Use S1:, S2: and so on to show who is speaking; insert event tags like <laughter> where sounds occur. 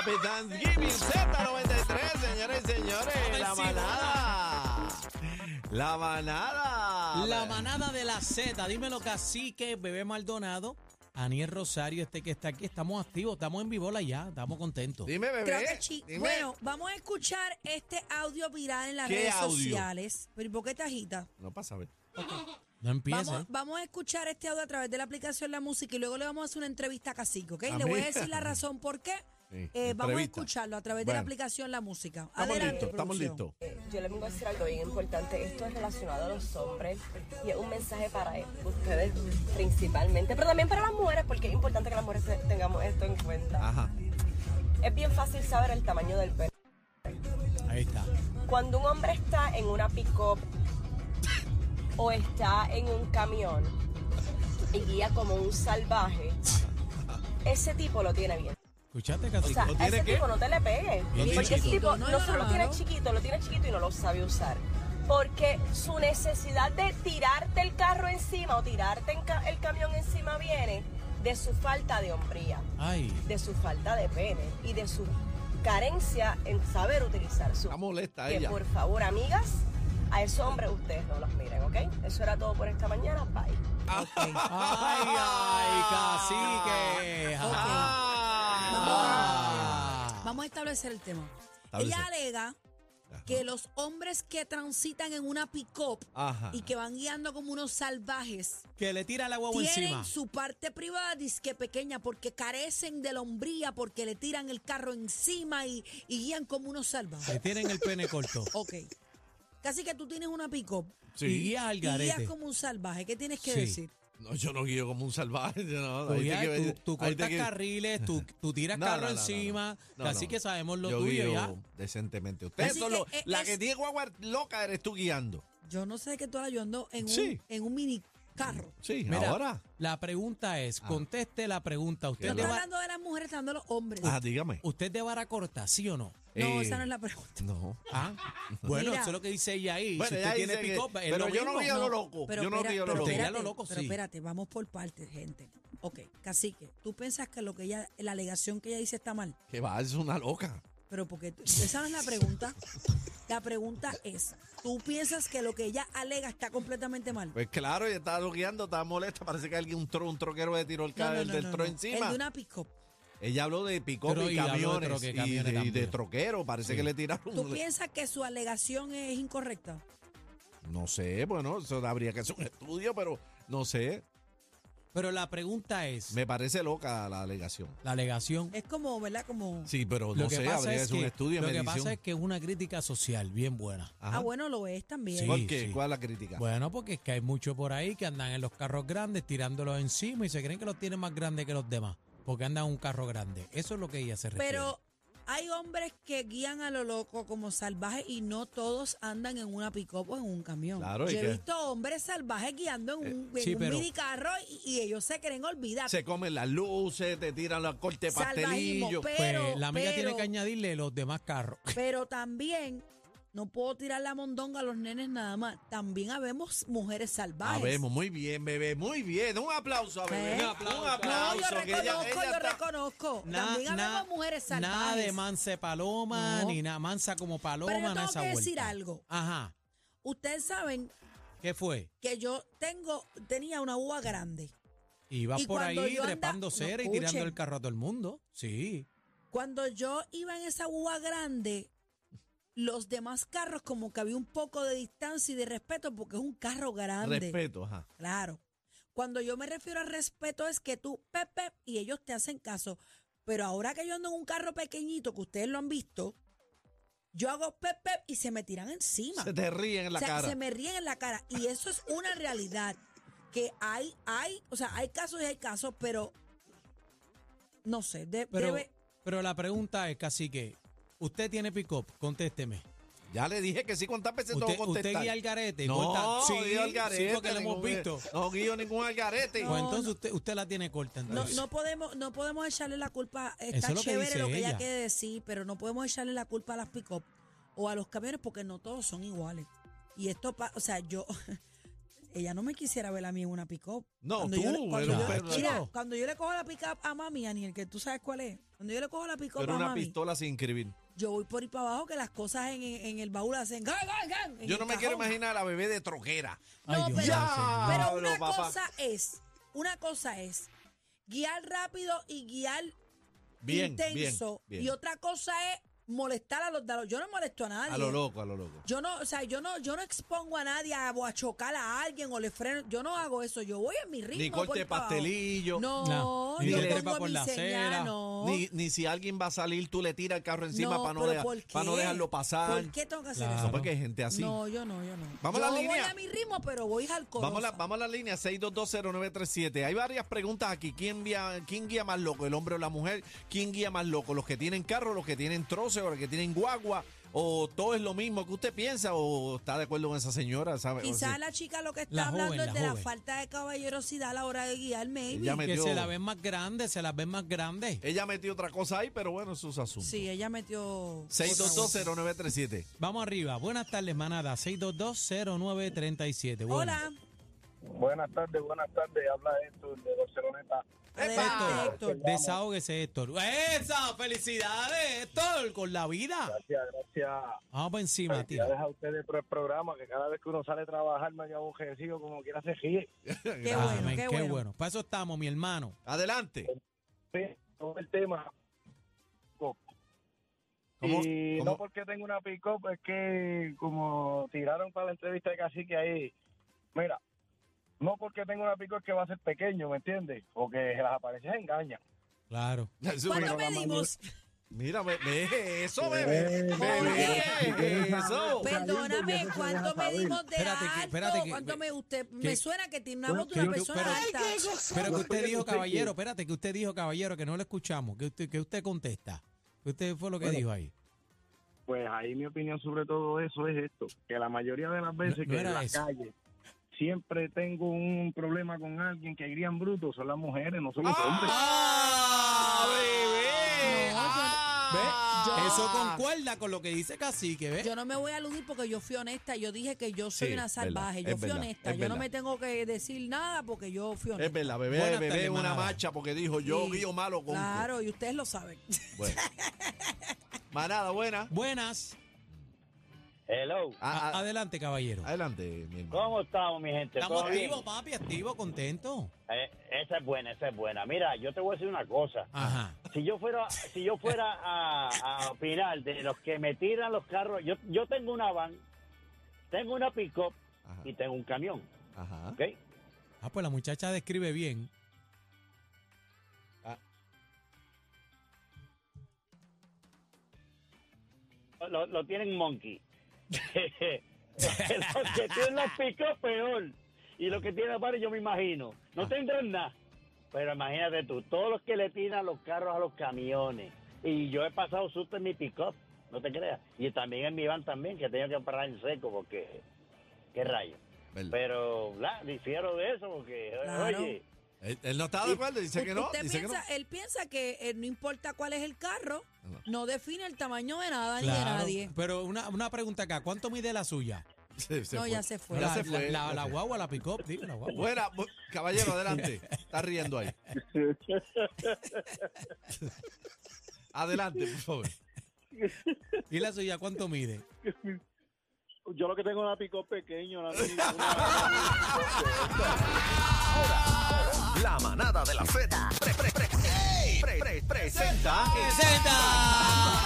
S1: Happy Thanksgiving Z93, señores y señores. La
S2: Ay, sí,
S1: manada. La manada.
S2: La manada de la Z, dímelo cacique, bebé Maldonado, Aniel Rosario, este que está aquí, estamos activos, estamos en vivola ya, estamos contentos.
S1: Dime, bebé.
S3: Creo que sí.
S1: dime.
S3: Bueno, vamos a escuchar este audio viral en las
S1: ¿Qué
S3: redes
S1: audio?
S3: sociales. Pero ¿y ¿por qué te agitas?
S1: No pasa, a ver.
S2: No empieza.
S3: Vamos, vamos a escuchar este audio a través de la aplicación La Música y luego le vamos a hacer una entrevista a Cacique, ¿ok?
S1: Ah,
S3: Le voy a
S1: mira.
S3: decir la razón por qué.
S1: Sí,
S3: Eh, vamos a
S1: entrevista.
S3: escucharlo a través de la
S1: Bueno.
S3: aplicación La Música.
S1: Estamos
S3: Adelante,
S1: listos, estamos
S3: producción.
S1: listos.
S4: Eh, Yo les vengo a decir algo bien importante. Esto es relacionado a los hombres y es un mensaje para ustedes principalmente, pero también para las mujeres, porque es importante que las mujeres te- tengamos esto en cuenta.
S1: Ajá.
S4: Es bien fácil saber el tamaño del pene.
S2: Ahí está.
S4: Cuando un hombre está en una pick-up o está en un camión y guía como un salvaje, ese tipo lo tiene bien.
S2: ¿Escuchaste,
S4: O
S2: cacique?
S4: sea, a
S1: tiene
S4: ese
S1: qué?
S4: tipo no te le pegues.
S2: Lo tiene
S4: Porque ese
S2: chiquito.
S4: tipo
S3: No,
S4: no,
S3: no,
S4: solo
S3: no.
S4: tiene chiquito, lo tiene chiquito y no lo sabe usar. Porque su necesidad de tirarte el carro encima o tirarte en ca- el camión encima viene de su falta de hombría,
S2: Ay,
S4: de su falta de pene y de su carencia en saber utilizar su.
S1: Está molesta
S4: que
S1: ella.
S4: por favor, amigas, a esos hombres ustedes no los miren, ¿ok? Eso era todo por esta mañana. Bye.
S2: ay, ay, cacique. Ah, ah.
S3: Vamos a establecer el tema.
S1: Establece.
S3: Ella alega que los hombres que transitan en una pick-up
S1: Ajá.
S3: y que van guiando como unos salvajes
S2: Que le tira la guagua
S3: tienen
S2: encima.
S3: su parte privada disque pequeña porque carecen de hombría, porque le tiran el carro encima y, y guían como unos
S2: Le
S3: salvajes.
S2: tienen el pene corto.
S3: Ok. Casi que tú tienes una pick-up
S2: Y
S1: Sí.
S2: guías al
S3: y guías
S2: garete.
S3: como un salvaje. ¿Qué tienes que
S2: Sí.
S3: decir?
S1: No, yo no guío como un salvaje. yo No,
S2: Tú,
S1: Ahí te
S2: guías,
S1: que-
S2: tú- tú
S1: ahí te
S2: cortas
S1: que-
S2: carriles, tú, tú tiras
S1: <laughs> No, no,
S2: carro
S1: no, no, no.
S2: encima,
S1: No,
S2: así
S1: no.
S2: que sabemos lo
S1: Yo
S2: tuyo
S1: guío
S2: ya.
S1: decentemente. Ustedes
S3: Así
S1: son
S3: que,
S1: los-
S3: eh,
S1: la
S3: es-
S1: que tiene guagua loca eres tú guiando.
S3: Yo no sé de qué tú hablas, yo ando en
S1: Sí.
S3: un, en un mini
S2: Mm,
S3: carro.
S1: Sí,
S2: Mira,
S1: ahora. Ah.
S2: La pregunta es, conteste la pregunta.
S1: ¿Qué
S2: ¿Usted
S3: No
S2: de,
S1: le
S3: está
S2: va-
S3: hablando de las mujeres, está hablando de los hombres.
S1: Ah, dígame.
S2: ¿Usted de vara corta, sí o no?
S3: no,
S1: Eh,
S3: esa no es la pregunta.
S1: No. <laughs>
S2: Ah, bueno,
S3: Mira.
S2: eso es lo que dice ella ahí.
S1: Bueno,
S2: si
S1: ella
S2: usted tiene
S1: dice que-
S2: pick-up, es
S1: pero
S2: lo
S1: yo no
S2: mismo.
S1: guío a lo loco. Yo no
S3: espera-
S1: guío a lo
S3: pero
S1: loco.
S2: Te guía a lo loco,
S3: pero
S2: sí.
S3: espérate, vamos por partes, gente. Ok, cacique, tú piensas que lo que ella, la alegación que ella dice está mal.
S1: Que va, es una loca.
S3: Pero porque tú- esa no es la pregunta. La pregunta es, ¿tú piensas que lo que ella alega está completamente mal?
S1: Pues claro, ella estaba loqueando, estaba molesta. Parece que alguien, un, tro- un troquero le tiró el
S3: No, no,
S1: cable
S3: no,
S1: del
S3: no,
S1: tro
S3: no.
S1: encima.
S3: El de una pick-up.
S1: Ella habló de pick
S2: Pero
S1: y
S2: y habló de
S1: camiones.
S2: troque-
S1: y
S2: camiones
S1: de- y de
S2: también.
S1: troquero, parece
S2: Sí.
S1: que le tiraron.
S3: ¿Tú
S1: un-
S3: piensas que su alegación es incorrecta?
S1: No sé, bueno, eso habría que hacer un estudio, pero no sé.
S2: Pero la pregunta es,
S1: Me parece loca la alegación.
S2: la alegación...
S3: Es como, ¿verdad? Como...
S1: Sí, pero Pues no
S2: lo que
S1: sé,
S2: pasa
S1: habría que
S2: es
S1: hacer un
S2: que,
S1: estudio.
S2: lo que
S1: medición.
S2: pasa es que es una crítica social bien buena.
S1: Ajá.
S3: Ah, bueno, lo es también.
S2: Sí.
S1: ¿Por qué? ¿Cuál es la crítica?
S2: Bueno, porque es que hay muchos por ahí que andan en los carros grandes tirándolos encima y se creen que los tienen más grandes que los demás porque andan en un carro grande. Eso es lo que ella se refiere.
S3: Pero hay hombres que guían a lo loco como salvajes y no todos andan en una pick-up o en un camión.
S1: Claro, ¿y
S3: Yo he
S1: qué? Eh,
S3: visto hombres salvajes guiando en un, en
S2: sí,
S3: un
S2: pero-
S3: minicarro y, y ellos se creen olvidar.
S1: Se comen las luces, te tiran los cortes de
S3: Salvajismo,
S1: pastelillo.
S2: Pues,
S3: pero,
S2: la amiga
S3: pero-
S2: tiene que añadirle los demás carros.
S3: Pero también no puedo tirar la mondonga a los nenes nada más. También habemos mujeres salvajes.
S1: Sabemos, muy bien, bebé, muy bien. Un aplauso a bebé.
S3: ¿Eh?
S1: Un aplauso. Un
S3: No,
S1: aplauso.
S3: yo reconozco,
S1: que ella- ella
S3: yo
S1: está-
S3: reconozco.
S2: Na-
S3: también
S2: na-
S3: habemos mujeres salvajes.
S2: Nada de mansa de paloma,
S3: No.
S2: ni nada mansa como paloma,
S3: Pero
S2: nada
S3: yo tengo
S2: esa
S3: que
S2: vuelta.
S3: decir algo.
S2: Ajá.
S3: Ustedes saben
S2: ¿Qué fue?
S3: que yo tengo, tenía una uva grande.
S2: Iba
S3: Y
S2: por ahí
S3: cuando yo anda-
S2: trepando
S3: No,
S2: cera y
S3: escuchen.
S2: tirando el carro a todo el mundo. Sí.
S3: Cuando yo iba en esa uva grande, los demás carros como que había un poco de distancia y de respeto porque es un carro grande.
S1: Respeto, ajá.
S3: Claro. Cuando yo me refiero a respeto es que tú, Pepe, y ellos te hacen caso. Pero ahora que yo ando en un carro pequeñito, que ustedes lo han visto, yo hago Pepe y se me tiran encima.
S1: Se te ríen en la
S3: O sea,
S1: cara.
S3: se me ríen en la cara. Y eso es una realidad. Que hay, hay, o sea, hay casos y hay casos, pero no sé, de-
S2: Pero,
S3: debe.
S2: pero la pregunta es, cacique, ¿usted tiene pick-up? Contésteme.
S1: Ya le dije que sí, ¿cuántas veces tengo
S2: ¿Usted,
S1: que contestar?
S2: usted guía al garete?
S1: No,
S2: corta. sí,
S1: guío al garete.
S2: Sí, porque lo hemos
S1: ningún- eh,
S2: visto.
S1: No guío ningún algarete.
S2: Pues entonces usted, usted la tiene corta.
S3: No,
S2: Entonces.
S3: no podemos, no podemos echarle la culpa,
S2: Eso
S3: está
S2: es lo que
S3: chévere
S2: dice
S3: lo que
S2: ella.
S3: ella quiere decir, pero no podemos echarle la culpa a las pick-up o a los camiones porque no todos son iguales. Y esto, pa- o sea, yo, <laughs> ella no me quisiera ver a mí en una pick-up.
S1: No,
S3: Cuando
S1: tú,
S3: yo le-
S1: pero-
S3: cuando yo-
S1: pero-
S3: Mira, cuando yo le cojo la pick-up a mami, Aniel, que tú sabes cuál es, cuando yo le cojo la pick-up
S1: Pero
S3: a
S1: una
S3: mami,
S1: pistola sin escribir.
S3: yo voy por ahí para abajo que las cosas en, en- en el baúl hacen... ¡gan, gan, gan! en
S1: Yo
S3: el
S1: no me quiero
S3: cajón.
S1: imaginar a bebé de troquera.
S2: Ay, Dios
S3: No, pero,
S2: mío,
S1: Ya.
S2: señor.
S3: pero
S1: Pablo,
S3: una
S1: papá.
S3: cosa es, una cosa es guiar rápido y guiar
S1: Bien,
S3: intenso.
S1: bien, bien.
S3: Y otra cosa es molestar a los de a los- Yo no molesto a nadie.
S1: A lo loco, a lo loco.
S3: Yo no, o sea, yo no, yo no expongo a nadie a, o a chocar a alguien o le freno. Yo no hago eso. Yo voy en mi ritmo.
S1: Ni corte
S3: voy
S1: de
S3: para abajo.
S1: pastelillo.
S3: No,
S2: No,
S1: ni
S3: yo
S1: le
S2: trepa
S3: pongo
S2: por
S3: mi
S2: la acera,
S3: señal, no.
S1: Ni, ni si alguien va a salir, tú le tiras el carro encima para, no
S3: pero
S1: dejar-
S3: ¿por
S1: para no
S3: qué?
S1: dejarlo pasar.
S3: ¿Por qué tengo que hacer
S2: Claro.
S1: No,
S3: eso?
S1: porque hay gente así.
S3: No, yo no, yo no.
S1: Vamos a
S3: yo
S1: la
S3: voy
S1: línea.
S3: a mi ritmo, pero voy al
S1: Vamos a, la, vamos a la línea 6220937. Hay varias preguntas aquí. ¿Quién guía, ¿Quién guía más loco, el hombre o la mujer? ¿Quién guía más loco? ¿Los que tienen carro, los que tienen troce o los que tienen guagua? ¿O todo es lo mismo que usted piensa? ¿O está de acuerdo con esa señora? ¿sabe? O
S3: Quizás
S1: si-
S3: la chica lo que está
S2: La joven,
S3: hablando
S2: la
S3: es de la
S2: joven.
S3: falta de caballerosidad a la hora de guiar, maybe.
S1: Ella metió,
S2: Que se la ven más grande, se las ven más grandes.
S1: ella metió otra cosa ahí, pero bueno, sus asuntos.
S3: Sí, ella metió.
S1: 6220937.
S2: Vamos arriba. Buenas tardes, manada. 6220937.
S3: Hola.
S5: Buenas tardes, buenas tardes. Habla Héctor de Barceloneta.
S3: Adelante,
S2: Héctor,
S3: Héctor.
S2: desahógese, Héctor. ¡Esa! ¡Felicidades, Héctor! Con la vida.
S5: Gracias, gracias.
S2: Vamos por encima, tío.
S5: Felicidades a ustedes por el programa, que cada vez que uno sale a trabajar medio abujecido, como quiera se ríe.
S3: Qué bueno,
S2: Amén,
S3: qué bueno.
S2: Para eso estamos, mi hermano.
S1: Adelante.
S5: Sí, todo el tema.
S1: ¿Cómo-
S5: y
S1: cómo?
S5: no porque tengo una pick-up, es que como tiraron para la entrevista de Cacique ahí, mira, no porque tengo una pick-up es que va a ser pequeño, ¿me entiendes? O que las apariencias engañan.
S2: Claro.
S1: Eso,
S3: ¿Cuánto
S1: mira,
S3: medimos?
S1: Mira, ve, ve eso, bebé.
S5: Eh,
S1: Bebé,
S5: eh,
S1: eso.
S3: Perdóname,
S5: Sabiendo,
S3: ¿cuánto
S5: viejo, se deja
S3: medimos de
S2: Espérate que-
S3: alto?
S2: espérate que-
S3: ¿Cuánto me usted?
S2: que-
S3: Me suena que tiene una voz de
S2: que-
S3: una
S2: que-
S3: persona
S2: pero-
S3: alta.
S2: Pero que
S5: Lo
S2: usted
S5: que
S2: dijo,
S5: usted
S2: caballero,
S5: quiere.
S2: espérate, que usted dijo, caballero, que no lo escuchamos, que usted, que usted contesta. Que usted fue lo que
S5: Bueno,
S2: dijo ahí.
S5: Pues ahí mi opinión sobre todo eso es esto, que la mayoría de las veces
S2: no
S5: que
S2: era
S5: en la
S2: eso.
S5: calle siempre tengo un problema con alguien que grían bruto, son las mujeres, no son los hombres.
S1: ¡Ah, bebé!
S3: No, yo-
S1: Ah,
S2: ¿Ve? Eso concuerda con lo que dice Cacique, ¿ve?
S3: Yo no me voy a aludir porque yo fui honesta. Yo dije que yo soy
S1: Sí,
S3: una
S1: es
S3: salvaje.
S1: verdad,
S3: Yo
S1: es
S3: fui
S1: verdad,
S3: honesta.
S1: es
S3: Yo no
S1: verdad.
S3: me tengo que decir nada porque yo fui honesta.
S1: Es verdad, bebé,
S2: Buenas
S1: bebé
S2: tardes,
S1: es una
S2: manada.
S1: marcha porque dijo yo
S3: Sí,
S1: guío malo con.
S3: Claro, y ustedes lo saben. <laughs>
S1: Bueno. Manada, buena.
S2: Buenas.
S6: Hello.
S1: A- a-
S2: Adelante, caballero.
S1: Ah, adelante, mi hermano.
S6: ¿Cómo estamos, mi gente?
S2: Estamos
S6: ¿Todo bien?
S2: activos, papi, activos, contentos.
S6: Eh, esa es buena, esa es buena. Mira, yo te voy a decir una cosa.
S2: Ajá.
S6: Si yo fuera, si yo fuera a, a opinar de los que me tiran los carros, yo, yo tengo una van, tengo una pick-up
S1: Ajá,
S6: y tengo un camión,
S1: ajá.
S6: ¿ok?
S2: Ah, pues la muchacha describe bien.
S6: Lo, lo tienen monkey. <laughs> los que tienen los pick-up, peor. Y los que tienen la van, yo me imagino. No
S2: Ah.
S6: tendrán nada. Pero imagínate tú, todos los que le tiran los carros a los camiones. Y yo he pasado susto en mi pick-up, no te creas. Y también en mi van también, que tenía que parar en seco porque... ¿Qué rayo? pues,
S1: verdad.
S6: Pero, la, difiero de eso porque,
S3: Claro.
S6: oye...
S1: Él, él no está de acuerdo, dice
S3: <laughs>
S1: que no.
S3: Usted
S1: Dice que no.
S3: piensa, Él piensa que eh, no importa cuál es el carro,
S1: No.
S3: no define el tamaño de nada ni de
S2: Claro.
S3: nadie.
S2: Pero una, una pregunta acá, ¿cuánto mide la suya?
S1: Se- se
S3: no,
S1: fue.
S3: ya se fue.
S1: Ya
S2: Pues la,
S1: se fue,
S2: la- la-
S1: ya se
S2: la
S1: fue.
S2: guagua, la pick-up, dime
S1: <laughs>
S2: la guagua.
S1: Buena, bu- caballero, adelante. Está riendo
S6: <laughs>
S1: ahí. Adelante, por favor.
S2: ¿Y la suya cuánto mide?
S5: Yo lo que tengo es una pick-up pequeña, no tengo ninguna-
S7: La manada de la Z. Pre- pre- pre- ey, pre- pre- presenta.
S2: ¡Presenta!